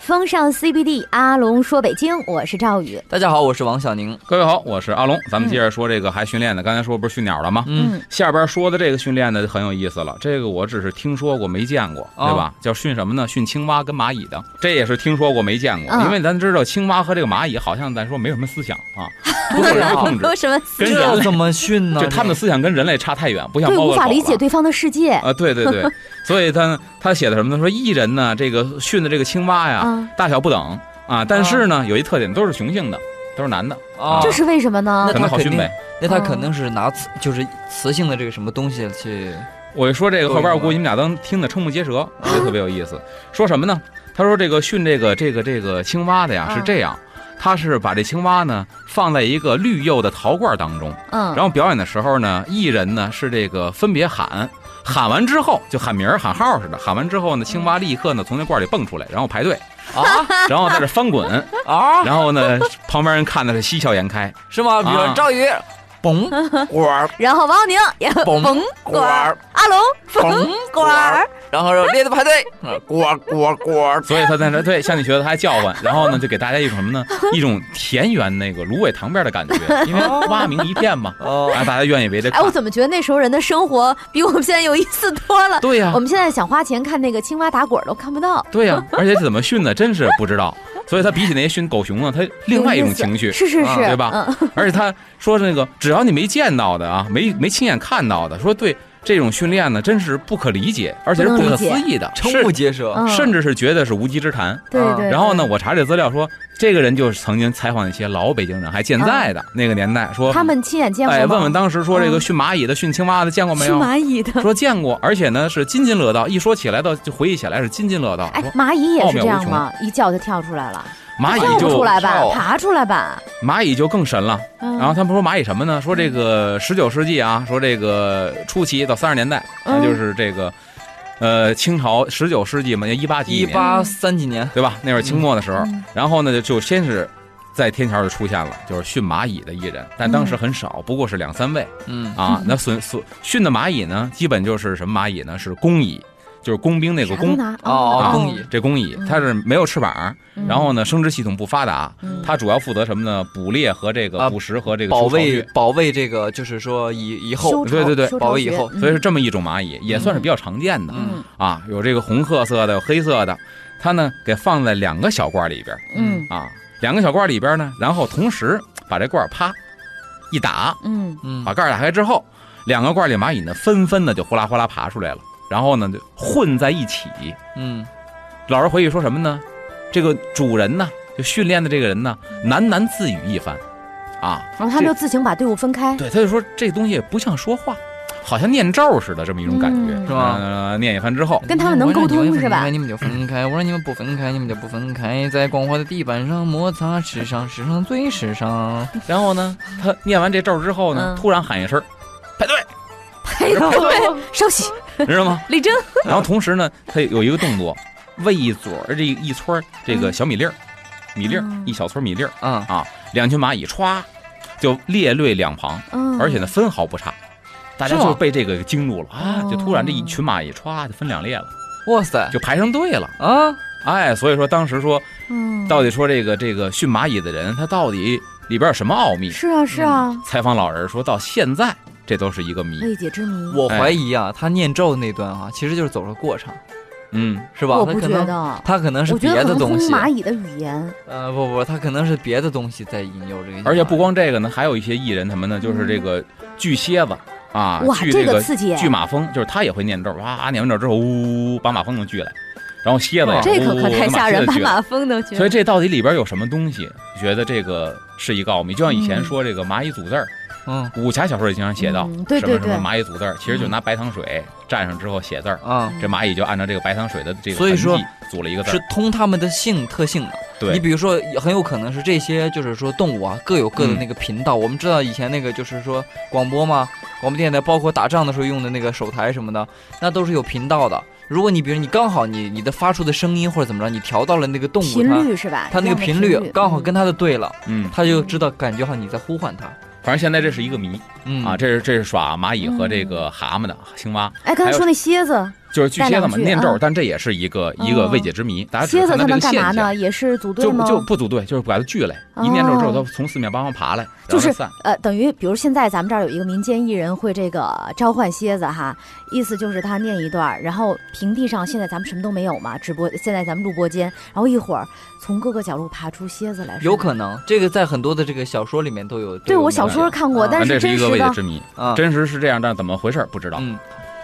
A: 风尚 CBD，阿龙说北京，我是赵宇。
B: 大家好，我是王小宁。
C: 各位好，我是阿龙，咱们接着说这个还训练呢，刚才说不是训鸟了吗？
B: 嗯，
C: 下边说的这个训练呢很有意思了，这个我只是听说过没见过，
B: 哦
C: 对吧？叫训什么呢？训青蛙跟蚂蚁的，这也是听说过没见过，
A: 嗯
C: 因为咱知道青蛙和这个蚂蚁好像咱说没有什么思想啊，不受人
B: 对啊
C: 控制
A: 没，有什么
C: 跟
A: 思
C: 人
A: 路
B: 这怎么训呢？
C: 就他们的思想跟人类差太远，不像
A: 对
C: 猫
A: 无
C: 和
A: 法
C: 狗
A: 理解
C: 了
A: 对方的世界
C: 啊，对对 对，所以他他写的什么呢？说艺人呢，这个训的这个青蛙呀，
A: 嗯
C: 大小不等啊，但是呢，有一特点，都是雄性的，都是男的，
B: 啊，
A: 这是为什么呢
B: 那？
C: 可能好训呗。
B: 那他
A: 哦
B: 肯定是拿磁，就是磁性的这个什么东西去，
C: 我一说这个
B: 都
C: 后边，
B: 有
C: 我估计你们俩能听得瞠目结舌，我觉得特别有意思。说什么呢？他说这个训这个这个这个青蛙的呀
A: 嗯
C: 是这样，他是把这青蛙呢放在一个绿釉的陶罐当中，
A: 嗯
C: 然，后表演的时候呢，艺人呢是这个分别喊，喊完之后就喊名儿喊号似的，喊完之后呢，青蛙立刻呢从那罐里蹦出来，然后排队，
B: 啊
C: 然后在这翻滚，
B: 啊，
C: 然后呢旁边人看的是喜笑颜开，
B: 是吗？比如
C: 啊
B: 说赵宇，嘣， 果儿，
A: 然后王宁也
B: 嘣
A: 冯
B: 果
A: 管
B: 儿
A: 儿，，阿龙
B: 冯
A: 冯管儿，
B: 然后列队排队，啊果儿果儿果儿，
C: 所以他 在那对像你学的他还叫唤，然后呢就给大家一种什么呢？一种田园那个芦苇塘边的感觉，因为蛙鸣一片嘛，
B: 哦，
C: 啊大家愿意围着
A: 哦哎，
C: 看
A: 我。怎么觉得那时候人的生活比我们现在有意思多了？
C: 对呀、啊
A: 我们现在想花钱看那个青蛙打滚儿都看不到，
C: 对呀、而且怎么训的真是不知道，所以他比起那些训狗熊呢，他另外一种情绪
A: 有意思，是是
B: 啊
A: 是，
C: 对吧
A: 嗯，
C: 而且他说那个，只要你没见到的啊，没没亲眼看到的，说对这种训练呢，真是不可理解，而且是不可思议的，
B: 瞠目结舌，
A: 嗯
C: 是甚至是觉得是无稽之谈。
A: 对
B: 啊
A: 对对。
C: 然后呢，我查这资料说，这个人就是曾经采访一些老北京人，还健在的那个年代，说
A: 啊他们亲眼见过吗？
C: 哎，问问当时说这个
A: 嗯
C: 训蚂蚁的、训青蛙的见过没
A: 是
C: 有？
A: 蚂蚁的。
C: 说见过，而且呢是津津乐道，一说起来到就回忆起来是津津乐道。
A: 哎
C: 说，
A: 蚂蚁也
C: 奥
A: 是这
C: 妙无
A: 样
C: 穷
A: 吗？一叫就跳出来了，
C: 蚂
A: 跳
C: 蚁
A: 不
C: 就
A: 出来吧
B: 跳，
A: 爬出来吧。
C: 蚂蚁就更神了。
A: 嗯
C: 然后他们说蚂蚁什么呢？说这个十九世纪啊，说这个初期到三十年代，那
A: 嗯
C: 就是这个，呃，清朝十九世纪嘛，一八几
B: 一
C: 几年，
B: 八三几年，
C: 对吧？那会儿清末的时候
A: 嗯，
C: 然后呢，就先是在天桥就出现了，就是驯蚂蚁的艺人，但当时很少，不过是两三位
B: 嗯
C: 啊
A: 嗯。
C: 那损损驯的蚂蚁呢，基本就是什么蚂蚁呢？是工蚁，就是工兵那个
A: 啥都
C: 工。
A: 拿
B: 哦
C: 啊
B: 工蚁，
C: 这工蚁
A: 嗯
C: 它是没有翅膀，
A: 嗯
C: 然后呢，生殖系统不发达，
A: 嗯
C: 它主要负责什么呢？捕猎和这
B: 啊
C: 个捕食和这个
B: 保
C: 除草
B: 卫
C: 具
B: 保卫这个就是说以以后
A: 修
C: 对对对
A: 巢
B: 保卫以
A: 修
B: 后，
A: 巢穴
C: 所以是这么一种蚂蚁，也算是比较常见的
A: 嗯
C: 啊。有这个红褐色的，有黑色的，它呢给放在两个小罐里边
A: 嗯
C: 啊，两个小罐里边呢，然后同时把这罐啪一打，
A: 嗯
B: 嗯
C: 把盖打开之后，两个罐里蚂蚁呢纷纷的就呼啦呼啦爬出来了，然后呢就混在一起。
B: 嗯，
C: 老人回忆说什么呢？这个主人呢，就训练的这个人呢，喃喃自语一番，啊，
A: 然后他们就自行把队伍分开，
C: 对，他就说这东西不像说话，好像念咒似的这么一种感觉，
A: 嗯
B: 是吗
C: 呃念一番之后，
A: 跟他们能沟通
B: 我让你们
A: 是吧
B: 分开你们就分开，我让你们不分开，你们就不分开，在光滑的地板上摩擦，时尚，时尚最时尚。
C: 然后呢，他念完这咒之后呢，
A: 嗯
C: 突然喊一声“排队
A: 哎 呦喂，稍息，”，
C: 知道吗？
A: 李征，
C: 然后同时呢，他有一个动作，喂一撮儿这一撮儿这个小米粒儿，米粒儿
A: 嗯
C: 一小撮米粒儿，
B: 嗯
C: 两群蚂蚁歘就列队两旁，
A: 嗯，
C: 而且呢分毫不差。大家
B: 是吗
C: 就被这个惊住了啊！
A: 哦
C: 就突然这一群蚂蚁歘就分两列了，
B: 哇塞
C: 就排成队了。
B: 啊，
C: 哎，所以说当时说
A: 嗯，
C: 到底说这个这个驯蚂蚁的人，他到底里边有什么奥秘？
A: 是啊是啊，
C: 采访老人说到现在，这都是一个谜。
A: 未解之谜，
C: 哎
B: 我怀疑啊，他念咒那段啊，其实就是走了过场，
C: 嗯，
B: 是吧？
A: 我
B: 他
A: 不
B: 可
A: 觉
B: 能
A: 得，
B: 他可能是
A: 我觉
B: 别
A: 得
B: 的
A: 可能
B: 东
A: 轰
B: 西，
A: 蚂蚁的语言，
B: 呃，不不，他可能是别的东西在引诱这个。
C: 而且不，光这个呢，还有一些艺人他们呢，就是这个巨蝎子啊，
A: 嗯哇，
C: 巨
A: 这
C: 个
A: 刺激，
C: 巨马蜂，就是他也会念咒，哇，念完咒之后，呜，把马蜂能锯来，然后蝎子呀，
A: 这可
C: 呜
A: 可太吓人，把
C: 把蝎子锯来。
A: 马蜂都觉
C: 所以
A: 得，
C: 这到底里边有什么东西？觉得这个是一个奥秘。就像以前
A: 嗯
C: 说这个蚂蚁组字儿，
B: 嗯
C: 武侠小说里经常写到
A: 嗯对
C: 什么
A: 对
C: 什么
A: 对
C: 蚂蚁组字儿，其实就拿白糖水蘸上之后写字儿。
B: 啊，
C: 这蚂蚁就按照这个白糖水的这个
B: 所以说
C: 痕迹组了一个字
B: 是
C: 儿，
B: 通他们的性特性的。
C: 对
B: 你比如说，很有可能是这些，就是说动物啊，各有
C: 嗯
B: 各的那个频道。我们知道以前那个就是说广播嘛，广播电台，包括打仗的时候用的那个手台什么的，那都是有频道的。如果你比如你刚好你你的发出的声音或者怎么着，你调到了那个动物
A: 频
B: 它
A: 率是吧？
B: 它那
A: 一样
B: 个
A: 的
B: 频率刚好跟它的对了，
C: 嗯，
B: 它就知道感觉好你在呼唤它。
C: 反正现在这是一个谜
B: 嗯
C: 啊，这是这是耍蚂蚁和这个蛤蟆的啊青蛙，
A: 哎，刚才
C: 还有
A: 说那蝎子，
C: 就是巨蟹的嘛
A: 带两句
C: 念咒
A: 嗯，
C: 但这也是一个一个未解之谜，大家只
A: 蝎
C: 是
A: 子
C: 看
A: 它
C: 到这
A: 能
C: 个
A: 干嘛
C: 现象
A: 呢？。也是组队
C: 就
A: 吗？哦
C: 就不组队，就是把它聚类。一念咒之后，它从四面八方爬来，
A: 就
C: 然后它
A: 是
C: 散。
A: 呃，等于比如现在咱们这儿有一个民间艺人会这个召唤蝎子哈，意思就是他念一段儿，然后平地上现在咱们什么都没有嘛，直播现在咱们录播间，然后一会儿从各个角落爬出蝎子来，
B: 有可能，这个在很多的这个小说里面都有。
A: 对
B: 都有
A: 我小
B: 描写
A: 说看过，
B: 啊
A: 但
C: 但
A: 是
C: 这
A: 真
C: 是一个
A: 实
C: 未解
A: 的
C: 之谜，
B: 啊，
C: 真实是这样，但是怎么回事儿不知道。
B: 嗯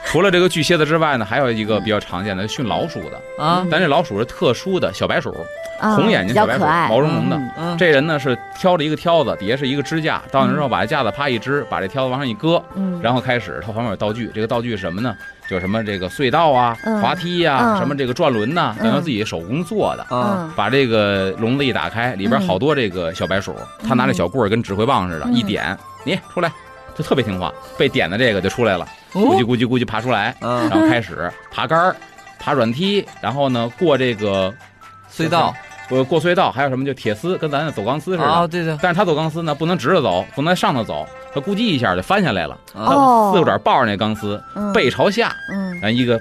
C: 除了这个巨蝎子之外呢，还有一个比较常见的训老鼠的，
B: 啊
A: 嗯
C: 但这老鼠是特殊的小白鼠，
A: 啊
C: 红眼睛
A: 比较
C: 小白鼠，
A: 可爱
C: 毛，茸茸的。
A: 嗯
B: 嗯，
C: 这人呢是挑着一个挑子，底下是一个支架，到那之后把这架子啪一支，把这挑子往上一搁，
A: 嗯，
C: 然后开始它旁边有道具，这个道具是什么呢？就是什么这个隧道啊、
A: 嗯
C: 滑梯呀、
A: 嗯
C: 什么这个转轮呐、
A: 嗯
C: 咱用自己手工做的。
B: 啊
A: 嗯
C: 把这个笼子一打开，里边
A: 嗯
C: 好多这个小白鼠，它拿着小棍儿跟指挥棒似的，
A: 嗯
C: 一点你出来，就特别听话。被点的这个就出来了，咕叽
B: 哦
C: 咕叽咕叽爬出来，然
B: 嗯，
C: 后开始爬杆儿、爬软梯，然后呢过这个
B: 隧道
C: 呃过隧道，还有什么就铁丝，跟咱的走钢丝似的。
B: 啊，
A: 哦
B: 对对，
C: 但是他走钢丝呢，不能直着走，不能上头走，他估计一下就翻下来了，他
B: 啊
A: 哦
C: 四个爪抱着那钢丝，
A: 嗯
C: 背朝下，
A: 嗯
C: 然后一个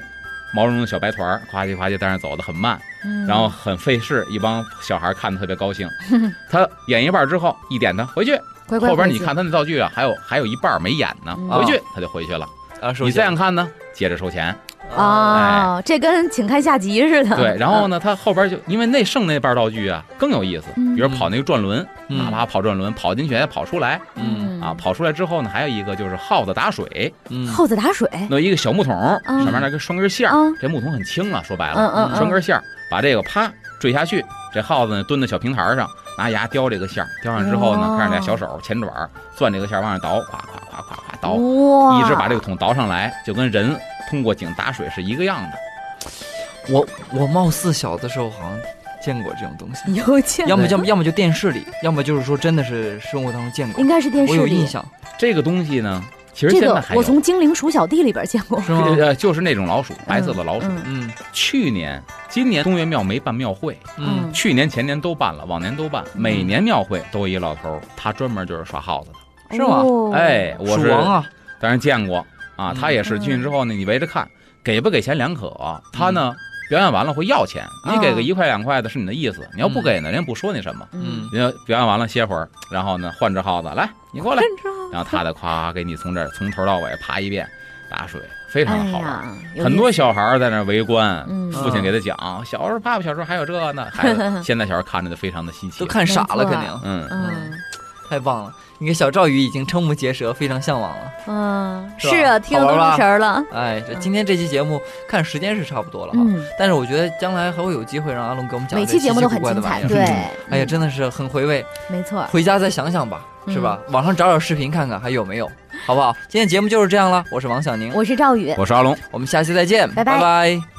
C: 毛茸茸的小白团儿，夸叽夸叽在那走的很慢，
A: 嗯，
C: 然后很费事，一帮小孩看的特别 高兴。他演一半之后，一点他回去，
A: 乖乖
C: 后边
A: 回
C: 你
A: 去
C: 看他那道具啊，还有还有一半没演呢，
A: 嗯
C: 回去他就回去了。
B: 啊，首
C: 你再
B: 先
C: 想看呢，接着收钱。
A: 啊，这跟请看下集似的，
C: 哎对，然后呢，他后边就因为那剩那半道具啊更有意思，
A: 嗯
C: 比如跑那个转轮，
B: 嗯
C: 啪啪跑转轮，跑进去也跑出来
B: 嗯
A: 嗯
C: 啊，跑出来之后呢，还有一个就是耗子打水，
B: 嗯
A: 耗子打水，
C: 弄一个小木桶，
A: 嗯
C: 上面那个双根线儿
A: 嗯，
C: 这木桶很轻啊了，说白
A: 嗯
C: 了，
A: 嗯
C: 双
A: 嗯，
C: 根线儿把这个啪坠下去，这耗子呢蹲在小平台上，拿牙叼这个线儿，叼上之后呢，
A: 哇
C: 看着俩小手前爪儿攥这个线儿往上倒，咵咵咵咵咵倒，
A: 哇，
C: 一直把这个桶倒上来，就跟人通过井打水是一个样的。
B: 我我貌似小的时候好像见过这种东西，
A: 邮件
B: 要么
C: 对
B: 要么要么就电视里，要么就是说真的是生活当中见过
A: 应，该是电视
B: 我
A: 里
B: 有印象，
C: 这个东西呢，其实
A: 这
C: 现在
A: 个
C: 还有
A: 我。从《精灵鼠小弟》里边见过。
B: 是 吗？
C: 呃，就是那种老鼠，白色的老鼠。
A: 嗯
B: 嗯
C: 去年、今年东岳庙没办庙会，
B: 嗯
A: 嗯
C: 去年、前年都办了，往年都办，每年庙会都有一老头儿，他专门就是耍耗子的。
B: 是吗
A: 哦
C: 哎，，我
B: 鼠
C: 是
B: 王啊，
C: 当然见过啊，
B: 嗯
C: 他也是进去之后呢，你围着看，给不给钱两可，他呢。表演完了会要钱，
A: 嗯
C: 你给个一块两块的是你的意思，你要不给呢，人家不说你什么。
B: 嗯
C: 人家表演完了歇会儿，然后呢换只耗子来，你过来，
A: 真知道
C: 然后他的夸给你从这儿从头到尾爬一遍，打水非常
A: 哎
C: 的好玩。
A: 呀，有
C: 很
A: 意
C: 多
A: 思
C: 小孩儿在那儿围观，
A: 嗯
C: 父亲给他讲，小时候爸爸小时候还有这呢，孩子现在小孩看着就非常的新奇
B: 都。看傻
A: 没
B: 了，
A: 错
B: 肯定
C: 嗯，
A: 嗯
B: 太棒了。你看小赵宇已经瞠目结舌，非常向往了。
A: 嗯，
B: 是吧
A: 是啊，听得
B: 好
A: 都
B: 玩吧
A: 入神儿了。
B: 哎，这
A: 嗯
B: 今天这期节目看时间是差不多了啊，
A: 嗯，
B: 但是我觉得将来还会有机会让阿龙给我们讲
A: 每
B: 这
A: 期节目都
B: 奇
A: 很
B: 奇怪怪
A: 精
B: 的
A: 彩
B: 玩意，儿
A: 对。
B: 哎呀，
A: 嗯
B: 真的是很回味，
A: 没错儿。
B: 回家再想想吧，是吧？
A: 嗯
B: 网上找找视频看看还有没有，好不好？今天节目就是这样了，我是王小宁，
A: 我是赵宇，
C: 我是阿龙。
B: 我们下期再见，
A: 拜拜
B: 拜